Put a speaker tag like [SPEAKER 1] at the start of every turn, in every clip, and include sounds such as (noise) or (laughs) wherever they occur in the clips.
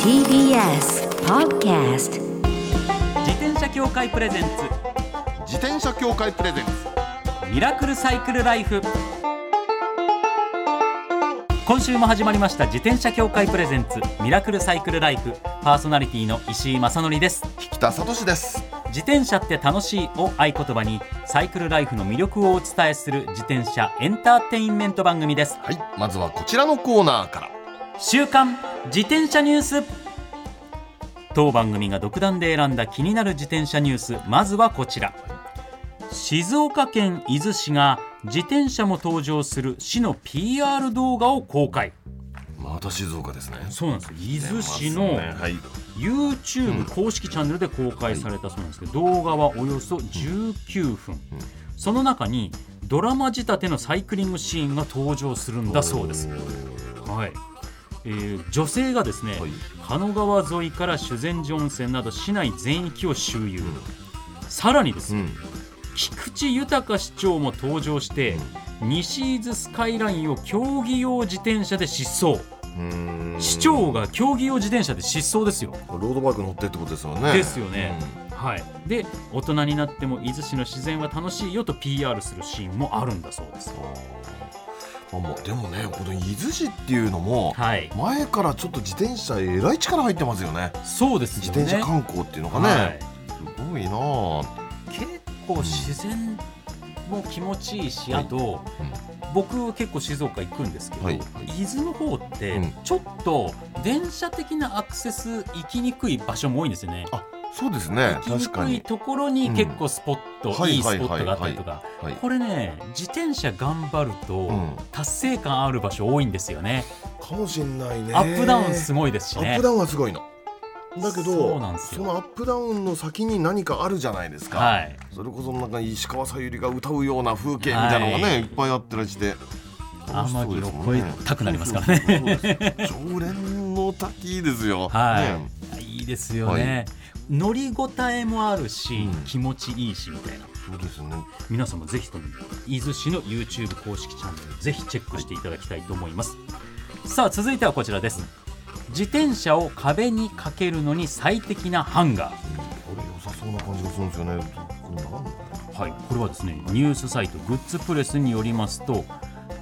[SPEAKER 1] TBS Podcast
[SPEAKER 2] 自転車協会プレゼンツ
[SPEAKER 3] 自転車協会プレゼンツ
[SPEAKER 2] ミラクルサイクルライフ今週も始まりました自転車協会プレゼンツミラクルサイクルライフパーソナリティの石井正則です
[SPEAKER 3] 北聡です
[SPEAKER 2] 自転車って楽しいを合言葉にサイクルライフの魅力をお伝えする自転車エンターテインメント番組です
[SPEAKER 3] はいまずはこちらのコーナーから
[SPEAKER 2] 週刊自転車ニュース当番組が独断で選んだ気になる自転車ニュースまずはこちら静岡県伊豆市が自転車も登場する市の PR 動画を公開
[SPEAKER 3] また静岡ですね
[SPEAKER 2] そうなんです伊豆市の
[SPEAKER 3] はい
[SPEAKER 2] YouTube 公式チャンネルで公開されたそうなんですけど動画はおよそ19分その中にドラマ仕立てのサイクリングシーンが登場するんだそうですはいえー女性がですね、
[SPEAKER 3] はい
[SPEAKER 2] 神奈川沿いから修善寺温泉など市内全域を周遊、さらにです
[SPEAKER 3] う
[SPEAKER 2] ね、
[SPEAKER 3] ん
[SPEAKER 2] 菊池豊市長も登場して、西伊豆スカイラインを競技用自転車で疾走
[SPEAKER 3] うん
[SPEAKER 2] 市長が競技用自転車で疾走ですよ、
[SPEAKER 3] ロードバイク乗ってってことですよね
[SPEAKER 2] ですよね、はい、で大人になっても伊豆市の自然は楽しいよと PR するシーンもあるんだそうです
[SPEAKER 3] うんまあまあでもねこの伊豆市っていうのも、
[SPEAKER 2] はい
[SPEAKER 3] 前からちょっと自転車えらい力入ってますよね
[SPEAKER 2] そうです
[SPEAKER 3] 自
[SPEAKER 2] よね
[SPEAKER 3] 転車観光っていうのがね、
[SPEAKER 2] はい
[SPEAKER 3] すごいなあ
[SPEAKER 2] 結構自然も気持ちいいし、
[SPEAKER 3] はい
[SPEAKER 2] あと、僕結構静岡行くんですけど、
[SPEAKER 3] はい
[SPEAKER 2] 伊豆の方って
[SPEAKER 3] うん
[SPEAKER 2] ちょっと電車的なアクセス行きにくい場所も多いんですよね。
[SPEAKER 3] あそうですね
[SPEAKER 2] 行き
[SPEAKER 3] 確
[SPEAKER 2] に
[SPEAKER 3] か
[SPEAKER 2] くい
[SPEAKER 3] に、
[SPEAKER 2] ところに結構スポット、
[SPEAKER 3] うん
[SPEAKER 2] いいスポットがあったりとか、
[SPEAKER 3] はい
[SPEAKER 2] これね自転車頑張ると
[SPEAKER 3] うん
[SPEAKER 2] 達成感ある場所多いんですよね、
[SPEAKER 3] かもしれないね
[SPEAKER 2] アップダウンすごいですし
[SPEAKER 3] アッ
[SPEAKER 2] ね
[SPEAKER 3] プダウンはすごいの。だ
[SPEAKER 2] そ
[SPEAKER 3] け
[SPEAKER 2] う
[SPEAKER 3] ど
[SPEAKER 2] なんです
[SPEAKER 3] そ
[SPEAKER 2] よ
[SPEAKER 3] のアップダウンの先に何かあるじゃないですか、
[SPEAKER 2] はい
[SPEAKER 3] それこそなんか石川さゆりが歌うような風景みたいなのがね、
[SPEAKER 2] はい
[SPEAKER 3] い、っぱいあってらして
[SPEAKER 2] 天城を越えたくなりますからね
[SPEAKER 3] ね常連の滝ですよ、
[SPEAKER 2] はい
[SPEAKER 3] ね
[SPEAKER 2] いいですよね、乗り応えもあるし、
[SPEAKER 3] うん
[SPEAKER 2] 気持ちいいしみたいな
[SPEAKER 3] そうですね
[SPEAKER 2] 皆さんもぜひとも伊豆市の YouTube 公式チャンネルぜひチェックしていただきたいと思います、さあ続いてはこちらです自転車を壁にかけるのに最適なハンガー
[SPEAKER 3] これ良さそうな感じがするんですよねこれなんだ
[SPEAKER 2] はい、これはですねニュースサイトグッズプレスによりますと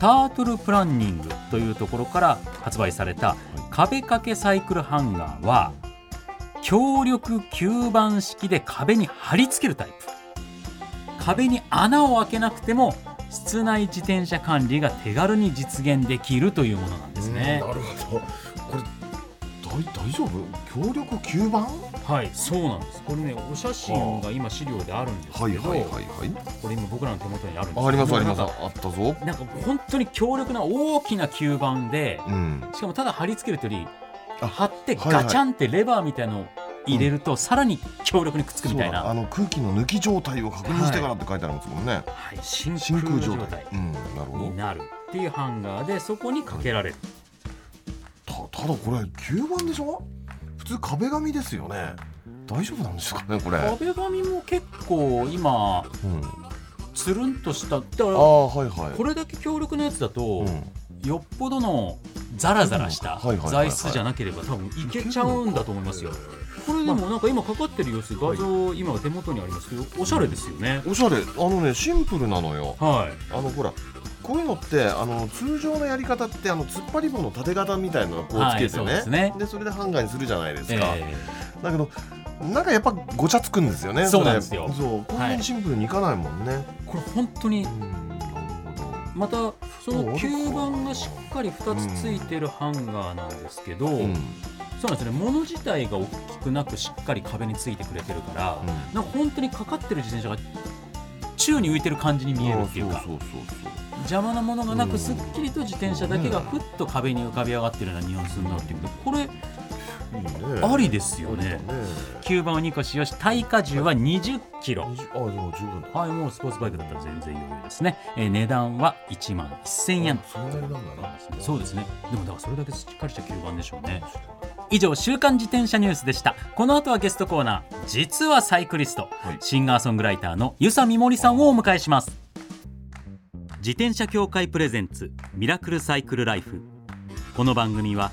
[SPEAKER 2] タートルプランニングというところから発売された壁掛けサイクルハンガーは強力吸盤式で壁に貼り付けるタイプ壁に穴を開けなくても室内自転車管理が手軽に実現できるというものなんですね
[SPEAKER 3] うんなるほどこれ大大丈夫協力吸盤
[SPEAKER 2] はいそうなんですこれねお写真が今資料であるんです
[SPEAKER 3] は
[SPEAKER 2] け
[SPEAKER 3] い
[SPEAKER 2] ど
[SPEAKER 3] はいはいはい
[SPEAKER 2] これ今僕らの手元にあるんですけど
[SPEAKER 3] あありますあり
[SPEAKER 2] な
[SPEAKER 3] ま
[SPEAKER 2] ん
[SPEAKER 3] す
[SPEAKER 2] か
[SPEAKER 3] あったぞ
[SPEAKER 2] なんか本当に強力な大きな吸盤で、
[SPEAKER 3] うん
[SPEAKER 2] しかもただ貼り付けるというより、
[SPEAKER 3] あ
[SPEAKER 2] 貼って
[SPEAKER 3] はいはい
[SPEAKER 2] ガチャンってレバーみたいのを入れると、さらに強力にくっつくみたい
[SPEAKER 3] そうだあ
[SPEAKER 2] な、
[SPEAKER 3] の空気の抜き状態を確認してからって書いてありますもんね、
[SPEAKER 2] はい、真
[SPEAKER 3] 真
[SPEAKER 2] 空
[SPEAKER 3] 空
[SPEAKER 2] 状
[SPEAKER 3] 状態
[SPEAKER 2] 態
[SPEAKER 3] うんなるほ
[SPEAKER 2] になるっていうハンガーで、そこにかけられる。
[SPEAKER 3] どたただこれ吸盤でしょ普通壁紙ですよね大丈夫なんですかねこれ、
[SPEAKER 2] 壁紙も結構今、
[SPEAKER 3] うん、あ
[SPEAKER 2] つるんとした、だから
[SPEAKER 3] あはいはい
[SPEAKER 2] これだけ強力なやつだと
[SPEAKER 3] う、ん、
[SPEAKER 2] よっぽどのザラザラした
[SPEAKER 3] はいはいはいはい
[SPEAKER 2] 材質じゃなければ、多分いけちゃうんだと思いますよ。これで
[SPEAKER 3] まあ
[SPEAKER 2] もなんか今かかってる様子画像今手元にありますけどおしゃれですよね、
[SPEAKER 3] おしゃれあのねシンプルなのよ
[SPEAKER 2] はい
[SPEAKER 3] あのほらこういうのってあの通常のやり方ってあの突っ張り棒の縦型みたいなのをこうつけてね,、
[SPEAKER 2] はいそうですね
[SPEAKER 3] それでハンガーにするじゃないです
[SPEAKER 2] え
[SPEAKER 3] か、だけどなんかやっぱごちゃつくんですよね
[SPEAKER 2] そうなん
[SPEAKER 3] れ
[SPEAKER 2] ですよ
[SPEAKER 3] そうこんなにシンプルにいかないもんね、
[SPEAKER 2] ーこれ本当に
[SPEAKER 3] うんなるほど
[SPEAKER 2] またその吸盤がしっかり2つついてるハンガーなんですけど、
[SPEAKER 3] うん
[SPEAKER 2] そうなんですね物自体が大きくなくしっかり壁についてくれてるから、
[SPEAKER 3] うん
[SPEAKER 2] なんか本当にかかってる自転車が宙に浮いてる感じに見えるっていうか
[SPEAKER 3] そうそうそうそう
[SPEAKER 2] 邪魔なものがな
[SPEAKER 3] う
[SPEAKER 2] く
[SPEAKER 3] ん
[SPEAKER 2] すっきりと自転車だけがふっと壁に浮かび上がってるようなニュアンスになってるんでこれ
[SPEAKER 3] いいね
[SPEAKER 2] ありですよね。
[SPEAKER 3] ありだね
[SPEAKER 2] 吸盤を2個使用し体荷重は2 0キロ
[SPEAKER 3] 20あでも十分だ
[SPEAKER 2] はいもうスポーツバイクだったら全然余裕ですね、えー値段は1万1000円
[SPEAKER 3] それなりなんだね
[SPEAKER 2] そうですねでもだからそれだけしっかりした吸盤でしょうね以上週刊自転車ニュースでしたこの後はゲストコーナー実はサイクリスト、
[SPEAKER 3] い
[SPEAKER 2] シンガーソングライターの遊佐美森さんをお迎えします自転車協会プレゼンツミラクルサイクルライフこの番組は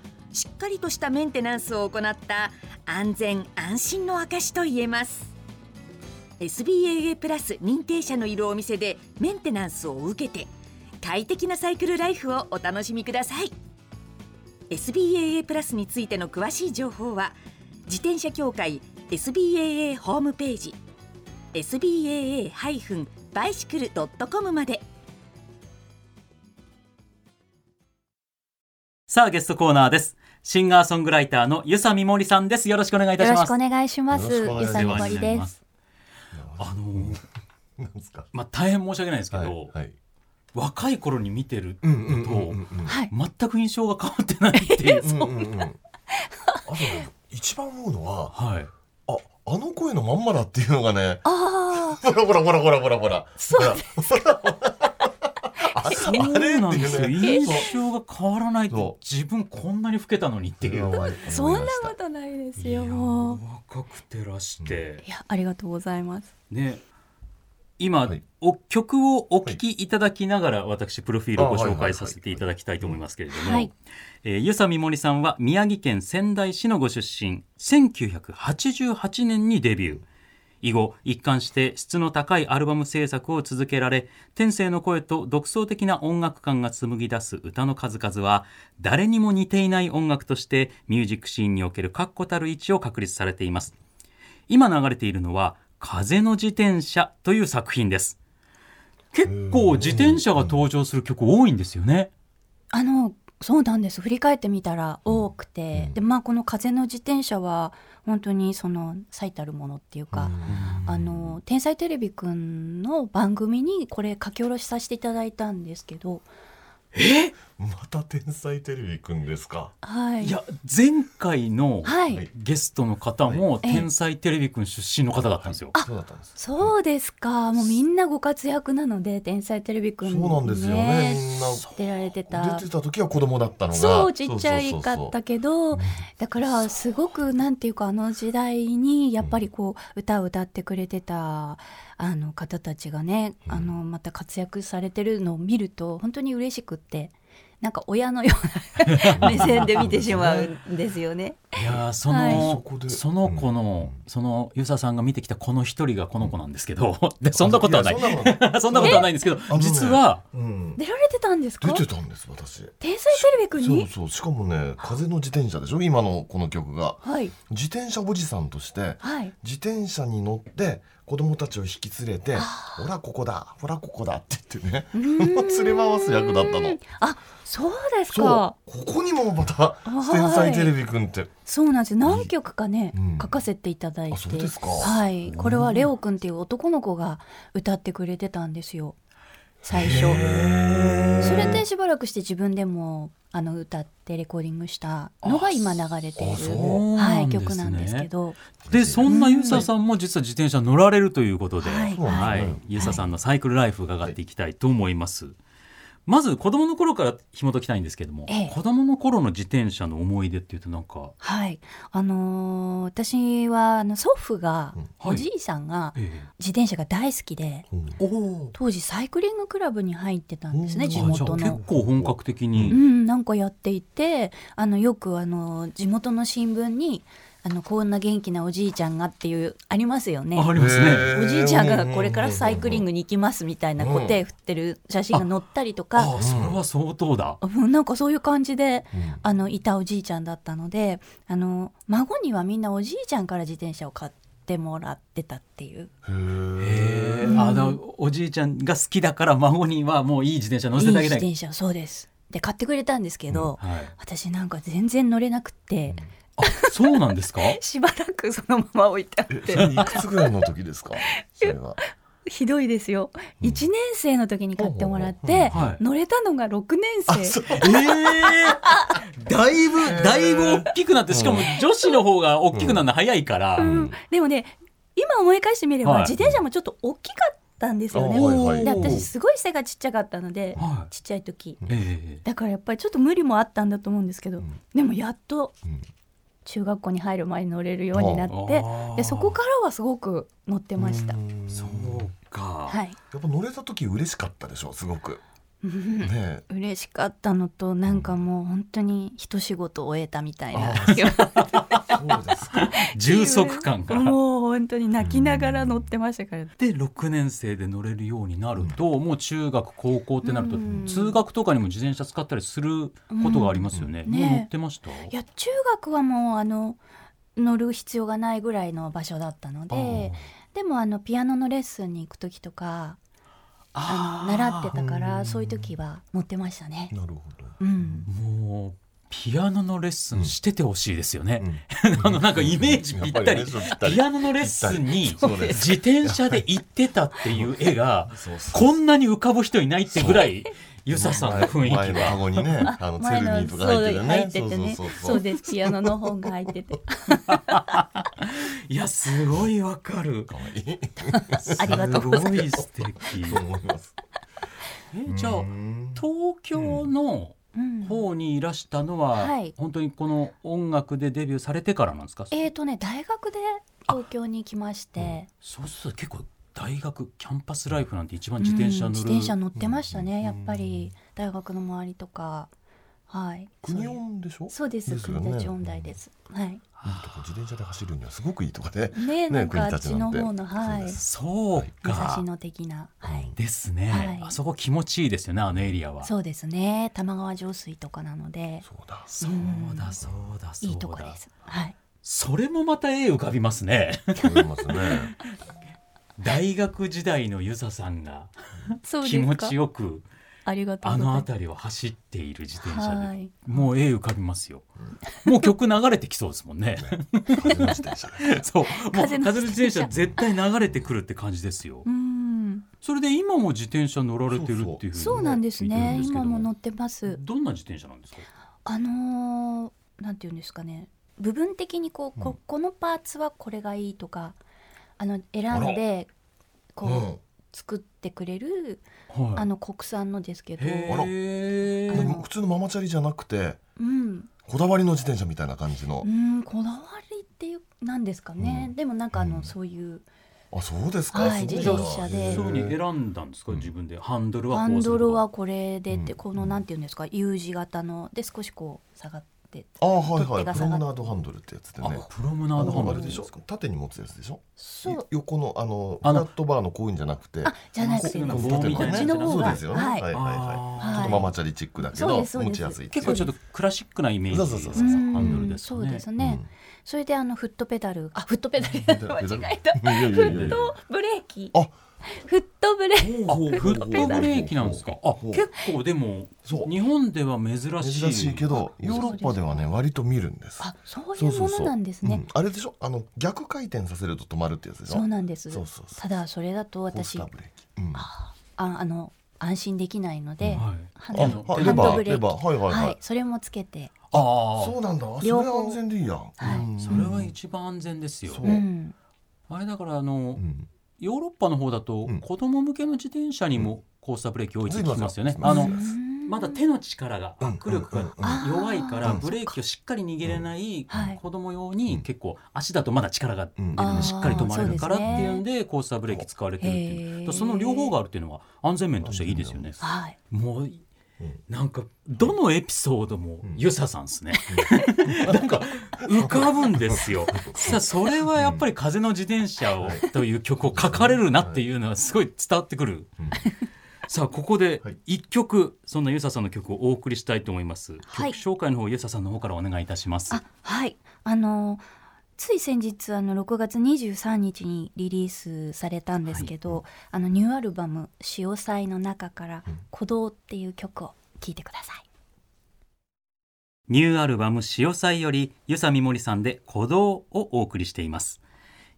[SPEAKER 1] しっかりとしたメンテナンスを行った安全安心の証と言えます SBAA プラス認定者のいるお店でメンテナンスを受けて快適なサイクルライフをお楽しみください SBAA プラスについての詳しい情報は自転車協会 SBAA ホームページ SBAA-bicycle.com まで
[SPEAKER 2] さあゲストコーナーですシンガーソングライターの遊佐美森さんですよろしくお願いいたし
[SPEAKER 4] よろ
[SPEAKER 2] ま
[SPEAKER 4] し
[SPEAKER 2] す
[SPEAKER 4] くお願いします。
[SPEAKER 3] よろしくお願い
[SPEAKER 4] ゆ
[SPEAKER 3] します
[SPEAKER 4] さみ
[SPEAKER 2] お
[SPEAKER 4] ぼり
[SPEAKER 2] 世話になり
[SPEAKER 4] で。
[SPEAKER 2] ますあの
[SPEAKER 3] (laughs) なんですか。
[SPEAKER 2] まあ大変申し訳ないですけど、
[SPEAKER 3] はい。
[SPEAKER 2] 若い頃に見てる
[SPEAKER 3] うんうんうんうん
[SPEAKER 2] と
[SPEAKER 3] う
[SPEAKER 2] (laughs)
[SPEAKER 3] ん。
[SPEAKER 4] はい。
[SPEAKER 2] 全く印象が変わってないって
[SPEAKER 4] (laughs)
[SPEAKER 2] いう、
[SPEAKER 3] うんうんうん。あとね一番思うのは
[SPEAKER 2] はい
[SPEAKER 3] ああの声のまんまだっていうのがね。
[SPEAKER 4] あ
[SPEAKER 3] ほらほらほらほらほらほら。そう
[SPEAKER 2] そ
[SPEAKER 3] あれ
[SPEAKER 2] うなん
[SPEAKER 3] って
[SPEAKER 2] で
[SPEAKER 3] いう
[SPEAKER 2] すよ
[SPEAKER 3] ね
[SPEAKER 2] 印象が変わらないと
[SPEAKER 3] そ
[SPEAKER 2] 自分こんなに老けたのにっていう
[SPEAKER 4] あ、そんなことないですよ。もう
[SPEAKER 2] 若くてらして
[SPEAKER 4] いや、ありがとうございます。
[SPEAKER 2] ね今、
[SPEAKER 3] はい
[SPEAKER 2] お曲をお聴きいただきながら、私プロフィールをご紹介させていただきたいと思いますけれども、
[SPEAKER 4] は
[SPEAKER 2] はいえー、遊佐美森さんは宮城県仙台市のご出身1988年にデビュー以後一貫して質の高いアルバム制作を続けられ天性の声と独創的な音楽感が紡ぎ出す歌の数々は誰にも似ていない音楽としてミュージックシーンにおける確固たる位置を確立されています今流れているのは「風の自転車」という作品です結構自転車が登場する曲多いんですよね
[SPEAKER 4] あの、そうなんです。振り返ってみたら多くて、
[SPEAKER 3] うん
[SPEAKER 4] で、まあ、この風の自転車は本当にその最たるものっていうか。あの天才テレビくんの番組にこれ書き下ろしさせていただいたんですけど、
[SPEAKER 3] また天才テレビくんですか。
[SPEAKER 4] はい、
[SPEAKER 2] いや前回の
[SPEAKER 4] はい、
[SPEAKER 3] はい
[SPEAKER 2] ゲストの方も
[SPEAKER 4] ええ
[SPEAKER 2] 天才テレビくん出身の方だったんですよ。
[SPEAKER 3] そうだったんです。
[SPEAKER 4] そうですか、もうみんなご活躍なので天才テレビくん
[SPEAKER 3] そうなんですよね。みんな
[SPEAKER 4] 出られてた
[SPEAKER 3] 出てた時は子供だったのが。
[SPEAKER 4] そうちっちゃいか
[SPEAKER 3] そうそうそう
[SPEAKER 4] っ
[SPEAKER 3] そ
[SPEAKER 4] た
[SPEAKER 3] う
[SPEAKER 4] けどだからすごくなんていうかあの時代にやっぱりこう歌を歌ってくれてたあの方たちがねあのまた活躍されてるのを見ると本当に嬉しくってなんか親のよう
[SPEAKER 3] (laughs)
[SPEAKER 4] な目線で見てしまうんですよね。
[SPEAKER 2] いやーそ
[SPEAKER 4] はい
[SPEAKER 3] そ
[SPEAKER 2] の
[SPEAKER 3] こで
[SPEAKER 2] その子のそのユサさんが見てきたこの一人がこの子なんですけど (laughs) でそんなことはない
[SPEAKER 3] やそんなことな
[SPEAKER 2] (laughs)
[SPEAKER 3] い
[SPEAKER 2] そんなことはないんですけど
[SPEAKER 3] のね
[SPEAKER 2] 実は
[SPEAKER 3] うん
[SPEAKER 4] 出られてたんですか
[SPEAKER 3] 出て
[SPEAKER 4] 天
[SPEAKER 3] たんです私。
[SPEAKER 4] 才テレビくん
[SPEAKER 3] そう
[SPEAKER 4] に
[SPEAKER 3] そうしかもね風の自転車でしょ今のこの曲が
[SPEAKER 4] はい
[SPEAKER 3] 自転車おじさんとして
[SPEAKER 4] はい
[SPEAKER 3] 自転車に乗って子供たちを引き連れて「ほらここだほらここだ」って言ってね (laughs) 連れ回す役だったの
[SPEAKER 4] あそうです
[SPEAKER 3] そう
[SPEAKER 4] か
[SPEAKER 3] ここにもまた
[SPEAKER 4] はい
[SPEAKER 3] 天才テレビくんって
[SPEAKER 4] そうなんです何曲かね、
[SPEAKER 3] うん
[SPEAKER 4] 書かせていただいて
[SPEAKER 3] あそうですか
[SPEAKER 4] はい、これはレオくんっていう男の子が歌ってくれてたんですよ最初それでしばらくして自分でもあの歌ってレコーディングしたのが今流れてい
[SPEAKER 3] あそ
[SPEAKER 4] る、
[SPEAKER 2] う
[SPEAKER 4] は
[SPEAKER 2] そうなんですね
[SPEAKER 4] い、曲なんですけど
[SPEAKER 2] でそんなユサさんも実は自転車乗られるということで、
[SPEAKER 4] はい
[SPEAKER 2] は
[SPEAKER 3] はい
[SPEAKER 2] い、ユサさんのサイクルライフ伺っていきたいと思います。まず子供の頃から紐解きたいんですけども、
[SPEAKER 4] ええ
[SPEAKER 2] 子供の頃の自転車の思い出っていうとなんか、
[SPEAKER 4] はいあのー私はあの祖父が、
[SPEAKER 2] はい
[SPEAKER 4] おじいさんが
[SPEAKER 2] ええ
[SPEAKER 4] 自転車が大好きで
[SPEAKER 3] おお
[SPEAKER 4] 当時サイクリングクラブに入ってたんですね
[SPEAKER 3] うん
[SPEAKER 4] 地
[SPEAKER 2] あじゃ
[SPEAKER 4] 元
[SPEAKER 2] あ
[SPEAKER 4] の
[SPEAKER 2] 結構本格的
[SPEAKER 4] う
[SPEAKER 2] に、
[SPEAKER 4] ん、なんかやっていてあのよくあの地元の新聞にあのこんな元気なおじいちゃんがっていうありますよね。
[SPEAKER 2] あありますね。
[SPEAKER 4] おじいちゃんがこれからサイクリン
[SPEAKER 3] グ
[SPEAKER 4] グに行きますみたいなこう手振ってる写真が載ったりとか
[SPEAKER 2] あ、それは相当だ。
[SPEAKER 4] うんなんかそういう感じであのいたおじいちゃんだったのであの孫にはみんなおじいちゃんから自転車を買って。してもらってたっていう
[SPEAKER 2] へーあだおじいちゃんが好きだから孫にはもういい自転車乗
[SPEAKER 4] いい
[SPEAKER 2] せてあげ
[SPEAKER 4] 自
[SPEAKER 2] たい
[SPEAKER 4] 転車そうですで買ってくれたんですけど、
[SPEAKER 2] はい、
[SPEAKER 4] 私なんか全然乗れなくて、
[SPEAKER 2] あそうなんです
[SPEAKER 4] (laughs)
[SPEAKER 2] か
[SPEAKER 4] しばらくそのまま置いてあっ
[SPEAKER 3] えそ
[SPEAKER 4] て
[SPEAKER 3] れいくつぐらいの時ですかそれは
[SPEAKER 4] ひどいですよ
[SPEAKER 3] うん
[SPEAKER 4] 1年生の時に買ってもらって、
[SPEAKER 2] はい
[SPEAKER 4] 乗れたのが6年
[SPEAKER 3] あ
[SPEAKER 4] 生
[SPEAKER 3] そう
[SPEAKER 2] えー、だいぶだいぶ大きくなってしかも女子の方が大きくなるの早いから、
[SPEAKER 4] うんでもね今思い返してみれば、
[SPEAKER 2] はい
[SPEAKER 4] 自転車もちょっと大きかったんですよね、
[SPEAKER 3] あはいはい
[SPEAKER 4] で私すごい背がちっちゃかったので、
[SPEAKER 2] は
[SPEAKER 4] ちっちゃい時
[SPEAKER 2] い、え
[SPEAKER 4] だからやっぱりちょっと無理もあったんだと思うんですけど、
[SPEAKER 3] うん
[SPEAKER 4] でもやっと
[SPEAKER 3] うん
[SPEAKER 4] 中学校に入る前に乗れるようにな
[SPEAKER 2] え
[SPEAKER 4] って
[SPEAKER 2] あー
[SPEAKER 4] でそこからはすごく乗ってました
[SPEAKER 3] う。ん
[SPEAKER 2] そうか、
[SPEAKER 4] はい
[SPEAKER 3] やっぱ乗れた時嬉しかったでしょすごくねえ
[SPEAKER 4] (laughs) 嬉しかったのとなんかもう本当に一仕事終えたみたいな
[SPEAKER 3] あそうで
[SPEAKER 2] (laughs)
[SPEAKER 3] すか
[SPEAKER 2] 充足感が
[SPEAKER 4] もう本当に泣きながら乗ってましたから
[SPEAKER 2] で6年生で乗れるようになると、もう中学高校ってなると、
[SPEAKER 4] うん
[SPEAKER 2] 通学とかにも自転車使ったりすることがありますよね、
[SPEAKER 4] うんね
[SPEAKER 2] もう乗ってました
[SPEAKER 4] いや中学はもうあの乗る必要がないぐらいの場所だったのででもあのピアノのレッスンに行く時とか
[SPEAKER 2] あ
[SPEAKER 4] あの
[SPEAKER 2] ー
[SPEAKER 4] 習ってたか
[SPEAKER 3] う
[SPEAKER 4] ら
[SPEAKER 3] ん
[SPEAKER 4] そういう時は乗ってましたね。
[SPEAKER 3] なるほど
[SPEAKER 4] うん
[SPEAKER 2] もうピアノのレッスンしててほしいですよね、(laughs)
[SPEAKER 3] う
[SPEAKER 2] あのなんかイメージぴったり
[SPEAKER 3] やぱねそうぴったり
[SPEAKER 2] ピアノのレッスンに
[SPEAKER 3] そうです
[SPEAKER 2] 自転車で行ってたっていう絵が
[SPEAKER 3] そうそう
[SPEAKER 2] こんなに浮かぶ人いないってぐら
[SPEAKER 3] (laughs)
[SPEAKER 2] いゆささんの雰囲気
[SPEAKER 3] 前の
[SPEAKER 2] が
[SPEAKER 3] 顎にね、あのツェルミーとか入ってるね。
[SPEAKER 4] 前のそう入っててね
[SPEAKER 3] そう
[SPEAKER 4] そ
[SPEAKER 3] そうそう
[SPEAKER 4] うですピアノの本が入ってて
[SPEAKER 2] いやすごいわか
[SPEAKER 3] (laughs)
[SPEAKER 2] る
[SPEAKER 3] 可愛い
[SPEAKER 4] ありがとうございます
[SPEAKER 2] ごい素敵
[SPEAKER 3] (laughs) と思います。
[SPEAKER 2] えじゃあ
[SPEAKER 3] うん
[SPEAKER 2] 東京の
[SPEAKER 4] うん
[SPEAKER 2] 方にいらしたのは、
[SPEAKER 4] うんはい
[SPEAKER 2] 本当にこの音楽でデビューされてからなんですか、
[SPEAKER 4] えーとね大学で東京に来まして
[SPEAKER 2] そうすると結構大学キャンパスライフなんて一番
[SPEAKER 4] うん
[SPEAKER 2] 自転車乗る、
[SPEAKER 4] 自転車乗ってましたね、
[SPEAKER 3] うん
[SPEAKER 4] やっぱり大学の周りとかはい
[SPEAKER 3] 国
[SPEAKER 4] そういう
[SPEAKER 3] 音でしょ。
[SPEAKER 4] そうです
[SPEAKER 3] ですよ
[SPEAKER 4] 国
[SPEAKER 3] ね
[SPEAKER 4] 立音大です、はい
[SPEAKER 3] いいとこ自転車で走るにはすごくいいとかで。
[SPEAKER 4] ねなんかあ
[SPEAKER 3] 国
[SPEAKER 4] っ
[SPEAKER 3] 立
[SPEAKER 4] ち
[SPEAKER 3] な
[SPEAKER 4] の
[SPEAKER 3] んて
[SPEAKER 4] 方のは
[SPEAKER 3] そうで
[SPEAKER 4] い
[SPEAKER 3] す
[SPEAKER 2] そう
[SPEAKER 4] 武
[SPEAKER 2] か
[SPEAKER 4] 蔵野的なはい
[SPEAKER 2] ですね、
[SPEAKER 4] はい
[SPEAKER 2] あそこ気持ちいいですよねあのエリアは
[SPEAKER 4] そうですね玉川上水とかなので
[SPEAKER 3] そうだ。
[SPEAKER 2] そうだそうだそうだ
[SPEAKER 4] いいとこですはい
[SPEAKER 2] それもまた絵浮かびますね (laughs)
[SPEAKER 3] 思います
[SPEAKER 4] (laughs)
[SPEAKER 3] ね。
[SPEAKER 2] 大学時代のゆささんが
[SPEAKER 4] そう
[SPEAKER 2] 気
[SPEAKER 4] です
[SPEAKER 2] 持
[SPEAKER 4] か
[SPEAKER 2] ちよく
[SPEAKER 4] ありがとう
[SPEAKER 2] あ
[SPEAKER 4] ござい
[SPEAKER 2] の
[SPEAKER 4] ます
[SPEAKER 2] 辺りを走っている自転車で、
[SPEAKER 4] はい
[SPEAKER 2] もう絵浮かびますよもう曲流れてきそうですもんね
[SPEAKER 3] 風の自転車。
[SPEAKER 2] (laughs) そう、もう風
[SPEAKER 4] 風の
[SPEAKER 2] の自転
[SPEAKER 4] 自
[SPEAKER 2] 車
[SPEAKER 4] 転車
[SPEAKER 2] 絶対流れてくるって感じですよ
[SPEAKER 4] う。ん
[SPEAKER 2] それで今も自転車乗られてるっていうふうにね
[SPEAKER 4] そうなんです
[SPEAKER 2] 聞
[SPEAKER 4] ね
[SPEAKER 2] いてるんですけど
[SPEAKER 4] 今も乗ってます
[SPEAKER 2] どんな自転車なんですか。
[SPEAKER 4] あのーなんて言うんですかね部分的にこうここのパーツはこれがいいとかあの選んでこう、作ってくれる、
[SPEAKER 2] は
[SPEAKER 4] あ
[SPEAKER 2] い。
[SPEAKER 4] の国産のですけど、
[SPEAKER 2] へ
[SPEAKER 3] うん。で
[SPEAKER 2] え
[SPEAKER 3] も。普通のママチャリじゃなくて、
[SPEAKER 4] うん、
[SPEAKER 3] こだわりの自転車みたいな感じの
[SPEAKER 4] う。ん、こだわりっていうなんですかね、
[SPEAKER 3] うん
[SPEAKER 4] でもなんかあの、
[SPEAKER 3] うん
[SPEAKER 4] そういう
[SPEAKER 3] あ、そうですか。
[SPEAKER 4] は
[SPEAKER 3] す
[SPEAKER 4] い
[SPEAKER 3] ごい
[SPEAKER 2] 自
[SPEAKER 3] な
[SPEAKER 2] 転
[SPEAKER 4] 車で
[SPEAKER 2] そういうふうに
[SPEAKER 3] へー
[SPEAKER 2] 選んだんですか、
[SPEAKER 3] うん
[SPEAKER 2] 自分でハンドルはこう
[SPEAKER 4] ハ
[SPEAKER 2] する
[SPEAKER 4] ン
[SPEAKER 2] とか
[SPEAKER 4] ドルはこれでって、
[SPEAKER 3] うん
[SPEAKER 4] このなんていうんですか U 字型ので少しこう下がって
[SPEAKER 3] あ、はいは
[SPEAKER 4] 取っ手
[SPEAKER 3] い。
[SPEAKER 4] が
[SPEAKER 3] プ
[SPEAKER 4] 下
[SPEAKER 3] ロ
[SPEAKER 4] が
[SPEAKER 3] ム
[SPEAKER 4] っ
[SPEAKER 3] ナードハンドルってやつで
[SPEAKER 2] あ
[SPEAKER 3] ね。
[SPEAKER 2] プロム
[SPEAKER 3] あ
[SPEAKER 2] ナードハン
[SPEAKER 3] の
[SPEAKER 2] ド
[SPEAKER 3] あ
[SPEAKER 2] ル
[SPEAKER 3] れ
[SPEAKER 2] で
[SPEAKER 3] ですし
[SPEAKER 2] か
[SPEAKER 3] ょ。縦に持つやつでしょ。
[SPEAKER 4] そう
[SPEAKER 3] 横のあの
[SPEAKER 2] あ
[SPEAKER 3] フ
[SPEAKER 2] の
[SPEAKER 3] ラットバーのこういうんじゃなくて。
[SPEAKER 4] あじゃなくて
[SPEAKER 3] こう
[SPEAKER 2] なんか
[SPEAKER 3] 縦
[SPEAKER 2] 棒みたいなこ
[SPEAKER 3] ね
[SPEAKER 2] っちの方
[SPEAKER 3] そう
[SPEAKER 2] が
[SPEAKER 3] ですよね。
[SPEAKER 4] はい
[SPEAKER 3] はいはいはい。
[SPEAKER 4] い
[SPEAKER 3] ちょっとママチャリチックだけ
[SPEAKER 4] そう
[SPEAKER 3] ど
[SPEAKER 4] ですそう
[SPEAKER 3] 持
[SPEAKER 4] です
[SPEAKER 3] ちやすいっていう
[SPEAKER 2] 結構ちょっとクラシックなイメージ
[SPEAKER 3] そうそうそうそう
[SPEAKER 2] ハンドルです
[SPEAKER 4] うんそう
[SPEAKER 2] ね。
[SPEAKER 4] ですね、それであのフットペダルあフットペダル間違えた
[SPEAKER 3] た。いやい
[SPEAKER 4] フ
[SPEAKER 3] やいや
[SPEAKER 4] ッ
[SPEAKER 3] いや
[SPEAKER 4] トブレーキ
[SPEAKER 3] あ
[SPEAKER 4] フットブレーキ
[SPEAKER 2] あフットブレーキなんですか。あ
[SPEAKER 3] ほう
[SPEAKER 2] 結構でも
[SPEAKER 3] そう
[SPEAKER 2] 日本では珍しい。
[SPEAKER 3] 珍しいけどヨーロッパではね割と見るんです。
[SPEAKER 4] あそうい
[SPEAKER 3] そう
[SPEAKER 4] う
[SPEAKER 3] そ
[SPEAKER 4] も
[SPEAKER 3] うそ
[SPEAKER 4] の
[SPEAKER 3] う
[SPEAKER 4] なんです
[SPEAKER 3] う
[SPEAKER 4] ね
[SPEAKER 3] んあれでしょ。あの逆回転させると止まるってやつでしょ。
[SPEAKER 4] そうなんです
[SPEAKER 3] そうそうそう
[SPEAKER 4] ただそれだと
[SPEAKER 3] コース
[SPEAKER 4] 私
[SPEAKER 3] タ
[SPEAKER 4] あ
[SPEAKER 3] ーブレーキ。うん
[SPEAKER 4] あの安心できないの
[SPEAKER 2] は
[SPEAKER 4] で、
[SPEAKER 2] い。
[SPEAKER 4] ハ
[SPEAKER 2] あは
[SPEAKER 4] ンド
[SPEAKER 3] あ
[SPEAKER 2] い
[SPEAKER 3] レ
[SPEAKER 4] ルハンド
[SPEAKER 3] バ
[SPEAKER 4] ブ
[SPEAKER 3] ー
[SPEAKER 4] レー
[SPEAKER 3] レ
[SPEAKER 4] キ
[SPEAKER 3] バーはいはい
[SPEAKER 4] は
[SPEAKER 3] はいい。
[SPEAKER 4] それもつけて
[SPEAKER 2] ああ。
[SPEAKER 3] そうなんだ。それ
[SPEAKER 4] 両方
[SPEAKER 3] は安全でいいやん。
[SPEAKER 4] はい
[SPEAKER 3] うん
[SPEAKER 2] それは一番安全ですよ。
[SPEAKER 3] そう
[SPEAKER 4] うん
[SPEAKER 2] あれだからあの、
[SPEAKER 3] うん
[SPEAKER 2] ヨーロッパの方だと
[SPEAKER 3] うん
[SPEAKER 2] 子供向けの自転車にもコースターブレーキを置いて
[SPEAKER 3] う
[SPEAKER 2] き
[SPEAKER 3] ん
[SPEAKER 2] ますよね。
[SPEAKER 3] うん
[SPEAKER 2] あの
[SPEAKER 3] うん
[SPEAKER 2] まだ手の力が
[SPEAKER 3] うん
[SPEAKER 2] 握力が
[SPEAKER 4] うん
[SPEAKER 2] 弱いから
[SPEAKER 3] うん
[SPEAKER 2] ブレーキをしっかり握れない
[SPEAKER 4] はい
[SPEAKER 2] 子供用
[SPEAKER 3] う
[SPEAKER 2] に
[SPEAKER 3] ん
[SPEAKER 2] 結構足だとまだ力が
[SPEAKER 3] うん
[SPEAKER 4] あー
[SPEAKER 2] しっかり止まれるからっ
[SPEAKER 4] そうですね
[SPEAKER 2] ていうんでコースターブレーキ使われてるっていう
[SPEAKER 4] へー
[SPEAKER 2] だからその両方があるっていうのは安全面としてはいいですよね。
[SPEAKER 4] はい
[SPEAKER 2] もう
[SPEAKER 3] うん
[SPEAKER 2] なんかどのエピソードも
[SPEAKER 3] うん
[SPEAKER 2] ユサさんですね。なんか浮かぶんですよ。さあそれはやっぱり風の自転車をという曲を書かれるなっていうのはすごい伝わってくる。
[SPEAKER 3] うん
[SPEAKER 2] さあここで
[SPEAKER 3] はい
[SPEAKER 2] 一曲そんなユサさんの曲をお送りしたいと思います。
[SPEAKER 4] はい
[SPEAKER 2] 曲紹介の方ユサさんの方からお願いいたします。
[SPEAKER 4] あはいあのつい先日あの6月23日にリリースされたんですけど、あのニューアルバム「潮騒」の中から「鼓動」っていう曲を聴いてください。
[SPEAKER 2] ニューアルバム「潮祭」より遊佐美森さんで「鼓動」をお送りしています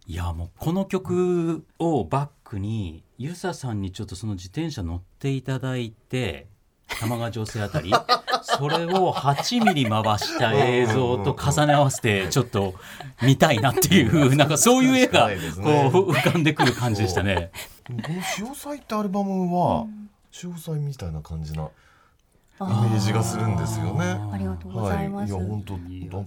[SPEAKER 2] いやもうこの曲をバックに遊佐さんにちょっとその自転車乗っていただいて玉川上水あたりそれを8ミリ回した映像と重ね合わせてちょっと見たいなっていうなんかそういう絵がこう浮かんでくる感じでしたね。
[SPEAKER 3] この潮祭ってアルバムは潮祭みたいな感じなイメージがするんですよね。
[SPEAKER 4] ありがとうご
[SPEAKER 3] は
[SPEAKER 4] ざ
[SPEAKER 3] い、
[SPEAKER 4] い
[SPEAKER 3] い
[SPEAKER 4] ます。
[SPEAKER 3] や本当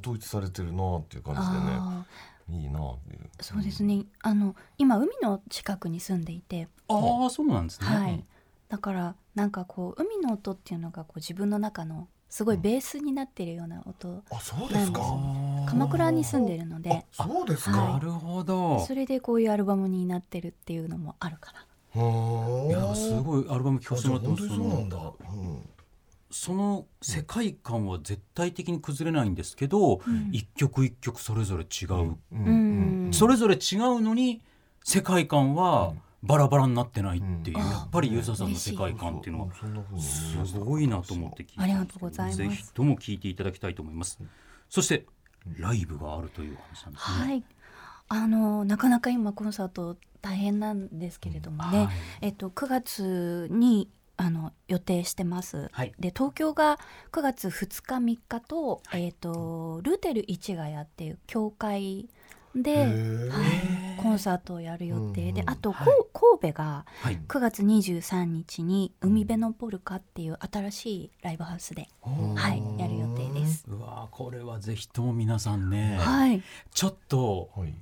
[SPEAKER 3] 統一されてるなっていう感
[SPEAKER 4] あ
[SPEAKER 3] じでね、いいなっていう。
[SPEAKER 4] ーそうですねあの今海の近くに住んでいて、
[SPEAKER 2] ああそうなんですね。
[SPEAKER 4] はい、だからなんかこう海の音っていうのがこう自分の中のすごいベースになってるような音、
[SPEAKER 3] あ、そうですか。
[SPEAKER 2] あー
[SPEAKER 4] 鎌倉に住んでるので
[SPEAKER 3] あ、そうです
[SPEAKER 2] な
[SPEAKER 3] か。
[SPEAKER 2] るほど。
[SPEAKER 4] それでこういうアルバムになってるっていうのもあるかな。
[SPEAKER 3] い
[SPEAKER 2] いやす
[SPEAKER 3] い。
[SPEAKER 2] ごいアルバム聴か
[SPEAKER 3] あ
[SPEAKER 2] せ
[SPEAKER 3] じ
[SPEAKER 2] ても
[SPEAKER 3] ゃあ
[SPEAKER 2] らって
[SPEAKER 3] 本
[SPEAKER 2] ます
[SPEAKER 3] 当にそうなんだ。うん
[SPEAKER 2] その世界観は絶対的に崩れないんですけど、一曲一曲それぞれ違う、
[SPEAKER 4] うん
[SPEAKER 2] それぞれ違うのに世界観はバラバラになってないっていう、
[SPEAKER 3] うん
[SPEAKER 2] やっぱりユーサさんの世界観っていうのは
[SPEAKER 3] そんな風に思いまし
[SPEAKER 2] す
[SPEAKER 3] た
[SPEAKER 2] ごいなと思って聞いて
[SPEAKER 4] ありがとうございます
[SPEAKER 2] ぜひとも聞いていただきたいと思いますそしてライブがあるというお話なんですね、
[SPEAKER 4] はい、あのなかなか今コンサート大変なんですけれどもね、
[SPEAKER 2] はい
[SPEAKER 4] えっと、9月にあの予定してます、
[SPEAKER 2] はい
[SPEAKER 4] で東京が9月2日3日と,、えっとルーテル市ヶ谷っていう教会で、
[SPEAKER 3] へ
[SPEAKER 4] は
[SPEAKER 3] ー
[SPEAKER 4] い、コンサートをやる予定で、
[SPEAKER 3] うんうん
[SPEAKER 4] あと、こ
[SPEAKER 2] はいう
[SPEAKER 4] 神戸が
[SPEAKER 2] はい
[SPEAKER 4] 9月23日に海辺のポルカっていう新しいライブハウスで、はい、やる予定です。
[SPEAKER 2] うわーこれはぜひとも皆さんね、
[SPEAKER 4] はい、 (laughs)
[SPEAKER 2] ちょっと
[SPEAKER 3] はい。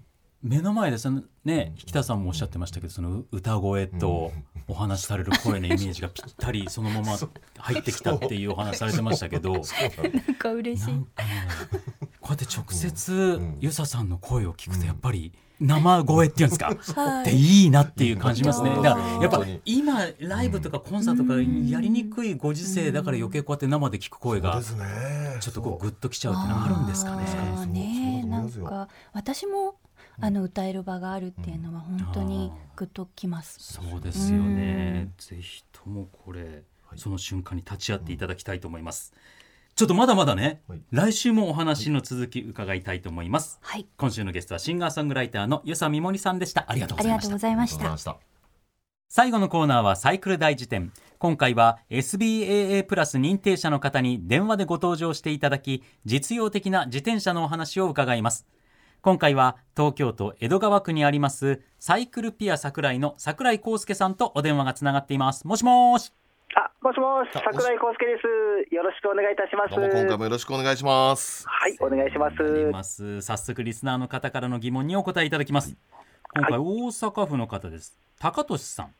[SPEAKER 2] 目の前でそのね引田さんもおっしゃってましたけどその歌声とお話しされる声のイメージがぴったりそのまま入ってきたっていうお話されてましたけど
[SPEAKER 4] なんか嬉し
[SPEAKER 2] ないんかねこうやって直接
[SPEAKER 3] ん
[SPEAKER 2] ゆささんの声を聞くとやっぱり生声っていうんですか
[SPEAKER 4] はい
[SPEAKER 2] っていいなっていう感じますね
[SPEAKER 4] うん
[SPEAKER 2] だからやっ
[SPEAKER 3] 本当
[SPEAKER 2] ぱ
[SPEAKER 3] に
[SPEAKER 2] 今ライブとかコンサートとかやりにくいご時世だから余計こうやって生で聞く声
[SPEAKER 3] そう
[SPEAKER 2] が
[SPEAKER 3] ですね。
[SPEAKER 2] ちょっとこうグッときちゃうっていうのはあるんですかね。
[SPEAKER 4] あーね
[SPEAKER 3] そうだと思い
[SPEAKER 4] なん
[SPEAKER 3] ますよ
[SPEAKER 4] か私もあの歌える場があるっていうのは本当にグッときます。
[SPEAKER 2] そうですよね。ぜひともこれ、その瞬間に立ち会っていただきたいと思います。ちょっとまだまだね、
[SPEAKER 3] はい
[SPEAKER 2] 来週もお話の続き伺いたいと思います。
[SPEAKER 4] はい、
[SPEAKER 2] 今週のゲストはシンガーソングライターの与謝美森さんでした。ありがとう
[SPEAKER 4] あ
[SPEAKER 2] ご
[SPEAKER 4] り
[SPEAKER 2] ざいま
[SPEAKER 4] が
[SPEAKER 2] し
[SPEAKER 4] と
[SPEAKER 2] た
[SPEAKER 4] うご。ざいまし
[SPEAKER 3] ありがとうござい
[SPEAKER 4] た
[SPEAKER 3] ま。した。
[SPEAKER 2] 最後のコーナーはサイクル大辞典今回は SBAA プラス認定者の方に電話でご登場していただき実用的な自転車のお話を伺います今回は東京都江戸川区にありますサイクルピア桜井の桜井康介さんとお電話がつながっていますもしもーし
[SPEAKER 5] あ、もしもし、
[SPEAKER 3] あ
[SPEAKER 5] 桜井康介です。よろしくお願いいたします。
[SPEAKER 3] どうも今回もよろしくお願いします。
[SPEAKER 5] はい、お願いします。
[SPEAKER 2] あります早速リスナーの方からの疑問にお答えいただきます今回大阪府の方です高俊さん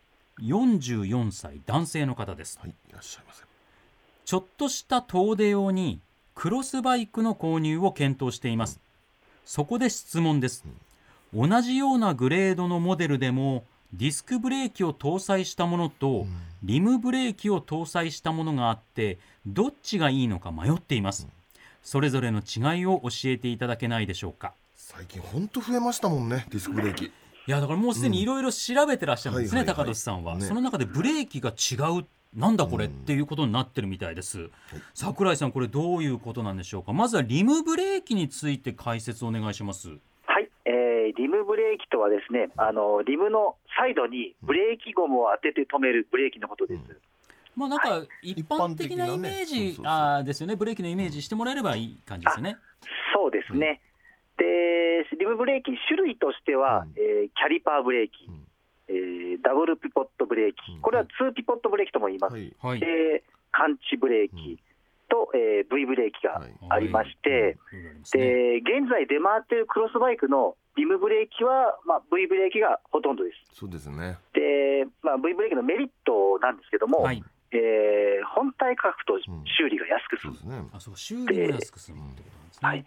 [SPEAKER 2] 44歳男性の方です
[SPEAKER 3] はい、いらっしゃいませ。
[SPEAKER 2] ちょっとした遠出用にクロスバイクの購入を検討していますそこで質問です同じようなグレードのモデルでもディスクブレーキを搭載したものとリムブレーキを搭載したものがあってどっちがいいのか迷っていますそれぞれの違いを教えていただけないでしょうか
[SPEAKER 3] 最近本当増えましたもんね、ディスクブレーキ。
[SPEAKER 2] いやだからもうすでにいろいろ調べてらっしゃるんですね、
[SPEAKER 3] はいはいはい
[SPEAKER 2] 高俊さんは、
[SPEAKER 3] ね
[SPEAKER 2] その中でブレーキが違うなんだこれっていうことになってるみたいです、桜井さんこれどういうことなんでしょうかまずはリムブレーキについて解説お願いします
[SPEAKER 5] はい、えーリムブレーキとはですね、あのリムのサイドにブレーキゴムを当てて止めるブレーキのことです。
[SPEAKER 2] まあなんか一般的な
[SPEAKER 3] 一般的なね
[SPEAKER 2] イメージ、
[SPEAKER 3] そうそうそう
[SPEAKER 2] あーですよねブレーキのイメージしてもらえればいい感じですよね
[SPEAKER 5] そうですね。で、リムブレーキ種類としては、えーキャリパーブレーキ、
[SPEAKER 3] うん
[SPEAKER 5] えーダブルピポットブレーキ、これはツーピポットブレーキとも言います。
[SPEAKER 3] はい。
[SPEAKER 2] はい、
[SPEAKER 5] で、感知ブレーキと、えー V ブレーキがありまして。
[SPEAKER 2] はいいろいろありますね
[SPEAKER 5] で現在出回っているクロスバイクのリムブレーキは、まあ、V ブレーキがほとんどです。
[SPEAKER 3] そうですね。
[SPEAKER 5] で、まあ、V ブレーキのメリットなんですけども、
[SPEAKER 2] はい
[SPEAKER 5] えー本体価格と
[SPEAKER 3] ん
[SPEAKER 5] 修理が安くす
[SPEAKER 3] そう
[SPEAKER 5] る、
[SPEAKER 3] ですね。
[SPEAKER 2] あそう修理を安くするってことなんですね、
[SPEAKER 5] はい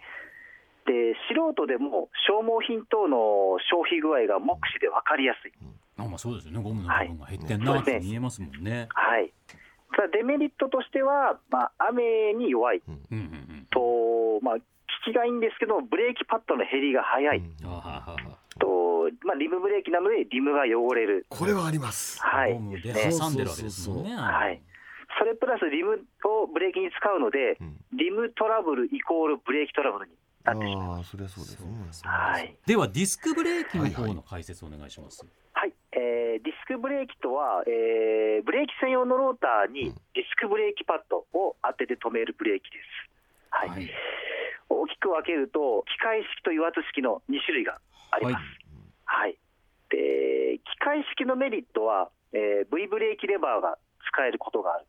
[SPEAKER 5] で素人でも消耗品等の消費具合が目視で分かりやすい、
[SPEAKER 2] あまあそうですよねゴムの部分が減ってんな
[SPEAKER 5] はい
[SPEAKER 2] って見えますもんね、
[SPEAKER 5] はい、ただデメリットとしては、まあ、雨に弱い
[SPEAKER 2] うんうんうん
[SPEAKER 5] と、まあ、効きがいいんですけど、ブレーキパッドの減りが早い、
[SPEAKER 3] うん
[SPEAKER 2] あはは
[SPEAKER 5] とまあ、リムブレーキなので、リムが汚れる、
[SPEAKER 3] これはあります。
[SPEAKER 5] はい
[SPEAKER 2] ゴムで
[SPEAKER 5] ですね
[SPEAKER 2] 挟んでるわけですもんね。
[SPEAKER 5] はい、それプラスリムをブレーキに使うので、
[SPEAKER 3] うん
[SPEAKER 5] リムトラブルイコールブレーキトラブルになってしまう。
[SPEAKER 3] ああ、それはそうですね。
[SPEAKER 5] はい
[SPEAKER 2] ではディスクブレーキの方の解説お願いします。
[SPEAKER 5] はいえー、ディスクブレーキとは、えーブレーキ専用のローターにディスクブレーキパッドを当てて止めるブレーキです。はい
[SPEAKER 2] はい
[SPEAKER 5] 大きく分けると、機械式と油圧式の2種類があります。はいで機械式のメリットは、えー V ブレーキレバーが使えることがある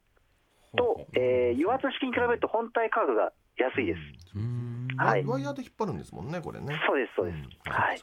[SPEAKER 5] と、えー油圧式に比べると本体価格が安いです。
[SPEAKER 2] うーん
[SPEAKER 5] は
[SPEAKER 3] はいい。ワイヤーで引っ張るんですもんね、これね。
[SPEAKER 5] そうです、そうです。
[SPEAKER 3] うん
[SPEAKER 5] はい。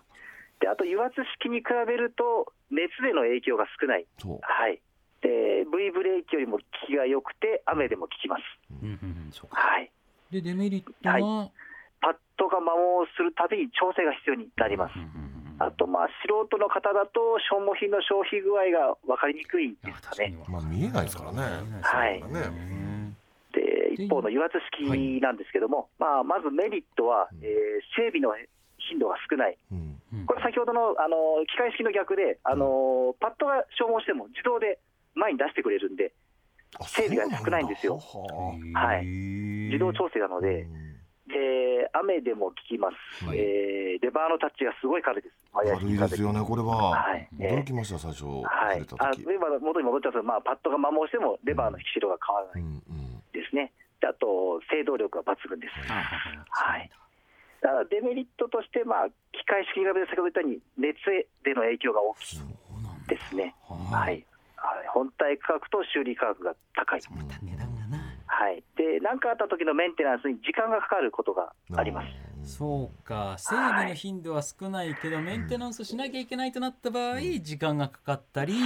[SPEAKER 5] で、あと油圧式に比べると、熱での影響が少ない。
[SPEAKER 3] そう。
[SPEAKER 5] はい。で、V ブレーキよりも効きが良くて、雨でも効きます。
[SPEAKER 2] うんうんうんそうか
[SPEAKER 5] はい。
[SPEAKER 2] でデメリットは、
[SPEAKER 5] はいパッドが摩耗するたびに調整が必要になります
[SPEAKER 2] うん。うんうん
[SPEAKER 5] あと、まあ、素人の方だと、消耗品の消費具合が分かりにくいん
[SPEAKER 2] あ
[SPEAKER 5] ですか
[SPEAKER 2] 確か
[SPEAKER 5] ね
[SPEAKER 2] に。わ
[SPEAKER 3] まあ見えないですからね。
[SPEAKER 5] はい
[SPEAKER 2] 見えないですからね
[SPEAKER 5] で、一方の油圧式なんですけども、まあ、まずメリットは、
[SPEAKER 3] うん
[SPEAKER 5] えー整備の頻度が少ない。
[SPEAKER 3] うん。
[SPEAKER 2] うん
[SPEAKER 5] これ先ほどのあの機械式の逆で、あのパッドが消耗しても自動で前に出してくれるんで、
[SPEAKER 3] あ
[SPEAKER 5] 整備が少ないんですよ
[SPEAKER 3] そうなんだはは
[SPEAKER 5] はい自動
[SPEAKER 2] 整
[SPEAKER 5] 調整なので
[SPEAKER 3] う、ん
[SPEAKER 5] で雨でも効きます、
[SPEAKER 2] はい
[SPEAKER 5] えーレバーのタッチがすごい軽いです、ワイヤー
[SPEAKER 3] 軽いですよね、これは。
[SPEAKER 5] はいえ
[SPEAKER 3] 驚
[SPEAKER 5] ー
[SPEAKER 3] きました、最初。
[SPEAKER 5] はい、
[SPEAKER 3] 触れた
[SPEAKER 5] あ
[SPEAKER 3] 時。
[SPEAKER 5] 今元に戻っちゃうんですけど、まあ、パッドが摩耗してもレバーの引き代が
[SPEAKER 3] う
[SPEAKER 5] 変わらない
[SPEAKER 3] んうん。
[SPEAKER 5] ですね、であと制動力が抜群です。
[SPEAKER 2] あ
[SPEAKER 5] はいだからデメリットとして、まあ、機械式に比べて先ほど言ったように、熱での影響が大きい
[SPEAKER 2] そうなんだ
[SPEAKER 5] ですね。
[SPEAKER 2] は
[SPEAKER 5] はいい、はい本体価格と修理価格が高い、
[SPEAKER 2] また値段がな
[SPEAKER 5] はい、で何かあった時のメンテナンスに時間がかかることがあります。
[SPEAKER 3] す。
[SPEAKER 2] そうか整備の頻度は少ないけどメンテナンスしなきゃいけないとなった場合時間がかかったりち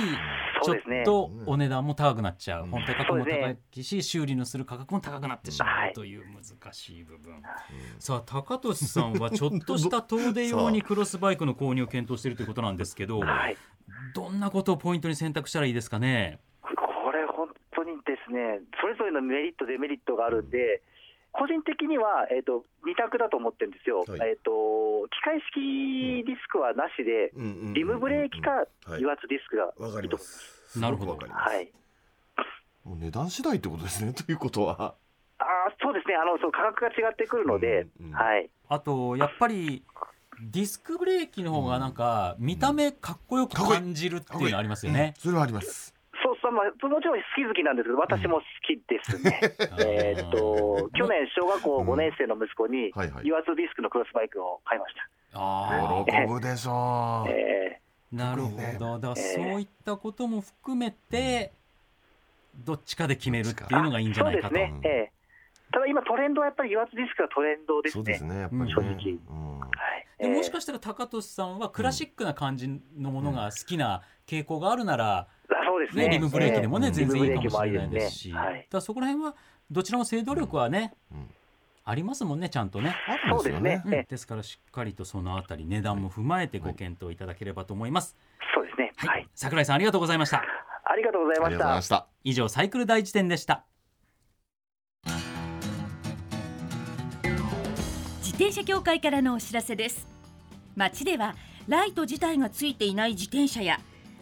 [SPEAKER 5] そ
[SPEAKER 2] ょ
[SPEAKER 5] う
[SPEAKER 2] っ
[SPEAKER 5] ですね
[SPEAKER 2] とお値段も高くなっちゃう
[SPEAKER 3] うん
[SPEAKER 2] 本体価格も
[SPEAKER 5] そうです
[SPEAKER 2] 高
[SPEAKER 5] ね
[SPEAKER 2] いし修理のする価格も高くなってしま
[SPEAKER 5] は
[SPEAKER 2] う
[SPEAKER 5] い
[SPEAKER 2] という難しい部分さあ高俊さんはちょっとした遠出
[SPEAKER 3] そ
[SPEAKER 2] 用
[SPEAKER 3] う
[SPEAKER 2] にクロスバイクの購入を検討しているということなんですけど
[SPEAKER 5] はい、
[SPEAKER 2] どんなことをポイントに選択したらいいですかね
[SPEAKER 5] これ、本当にですね、それぞれのメリット、デメリットがあるんで、個人的には、えー、と2択だと思ってるんですよ、
[SPEAKER 3] はい
[SPEAKER 5] えーと、機械式ディスクはなしで、
[SPEAKER 3] うんうんうん
[SPEAKER 5] リムブレーキか
[SPEAKER 3] はい
[SPEAKER 5] 油圧ディスクが
[SPEAKER 3] わか
[SPEAKER 5] いい
[SPEAKER 3] り
[SPEAKER 5] と
[SPEAKER 3] ま
[SPEAKER 5] 思います。
[SPEAKER 3] す。
[SPEAKER 2] なるほど
[SPEAKER 3] すごくわかります
[SPEAKER 5] はい
[SPEAKER 3] もう値段次第ってことですね、 (laughs) ということは。
[SPEAKER 5] あーそうですねあのそう価格が違ってくるので、
[SPEAKER 3] うんうん
[SPEAKER 5] はい、
[SPEAKER 2] あとやっぱりディスクブレーキの方がなんか見た目かっこよく感じるっていうのありますよね。
[SPEAKER 3] それはあります。
[SPEAKER 5] そうそう、まあ、もちろん好き好きなんですけど、私も好きですね。えーっと、
[SPEAKER 2] (laughs)
[SPEAKER 5] 去年、小学校5年生の息子に、
[SPEAKER 3] はいはい。
[SPEAKER 5] 油圧ディスクのクロスバイクを買いました。
[SPEAKER 2] あ
[SPEAKER 3] 喜ぶでしょう。
[SPEAKER 5] え
[SPEAKER 2] ーなるほどだからそういったことも含めてどっちかで決めるっていうのがいいん
[SPEAKER 5] ー
[SPEAKER 2] じゃ
[SPEAKER 5] そう
[SPEAKER 2] ない
[SPEAKER 5] で
[SPEAKER 2] か
[SPEAKER 5] す
[SPEAKER 2] と。
[SPEAKER 5] ね、ええただ今、トレンドはやっぱり油圧ディスクがトレンドです
[SPEAKER 3] そう
[SPEAKER 5] ね。
[SPEAKER 3] ですね、やっぱりね。
[SPEAKER 2] 正
[SPEAKER 5] 直
[SPEAKER 3] うん
[SPEAKER 5] はい
[SPEAKER 2] でもし
[SPEAKER 5] え
[SPEAKER 2] かしたら高俊さんはクラシックな感じのものが好きな傾向があるなら、
[SPEAKER 5] えあそうです
[SPEAKER 2] ね
[SPEAKER 5] ね。
[SPEAKER 2] リムブレーキでもね、
[SPEAKER 3] ええ
[SPEAKER 2] 全然いいかもしれないですし、
[SPEAKER 5] リムブレ
[SPEAKER 2] だ
[SPEAKER 5] ーキもあり
[SPEAKER 2] か
[SPEAKER 5] ですねはい
[SPEAKER 2] らそこら辺はどちらも制動力はね、
[SPEAKER 3] うん
[SPEAKER 2] ありますもんねちゃんとね。
[SPEAKER 3] あるんですよね
[SPEAKER 5] そうですね。ええ
[SPEAKER 2] ですからしっかりとそのあたり値段も踏まえてご検討いただければと思います、
[SPEAKER 5] そうですね。はい。
[SPEAKER 2] 桜井さんありがとうございました
[SPEAKER 5] ありがとうござい
[SPEAKER 3] あ
[SPEAKER 5] ま
[SPEAKER 3] りが
[SPEAKER 5] し
[SPEAKER 3] とうござい
[SPEAKER 5] た
[SPEAKER 3] ま。した。
[SPEAKER 2] 以上サイクル大辞典でした
[SPEAKER 1] 自転車協会からのお知らせです街ではライト自体がついていない自転車や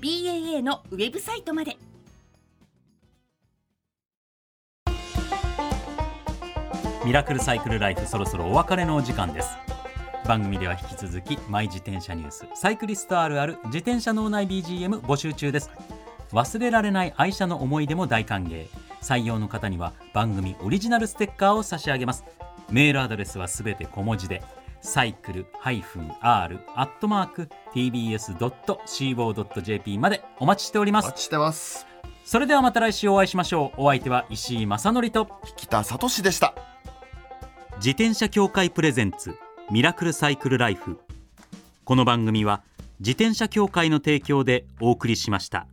[SPEAKER 1] BAA のウェブサイトまで
[SPEAKER 2] ミラクルサイクルライフそろそろお別れのお時間です番組では引き続きマイ自転車ニュースサイクリストあるある自転車脳内 BGM 募集中です忘れられない愛車の思い出も大歓迎採用の方には番組オリジナルステッカーを差し上げますメールアドレスはすべて小文字でサイクル -r-tbs.co.jp までお待ちしており
[SPEAKER 3] お
[SPEAKER 2] ます
[SPEAKER 3] 待ちしてます
[SPEAKER 2] それではまた来週お会いしましょうお相手は石井正則と
[SPEAKER 3] 北聡でした
[SPEAKER 2] 自転車協会プレゼンツミラクルサイクルライフこの番組は自転車協会の提供でお送りしました。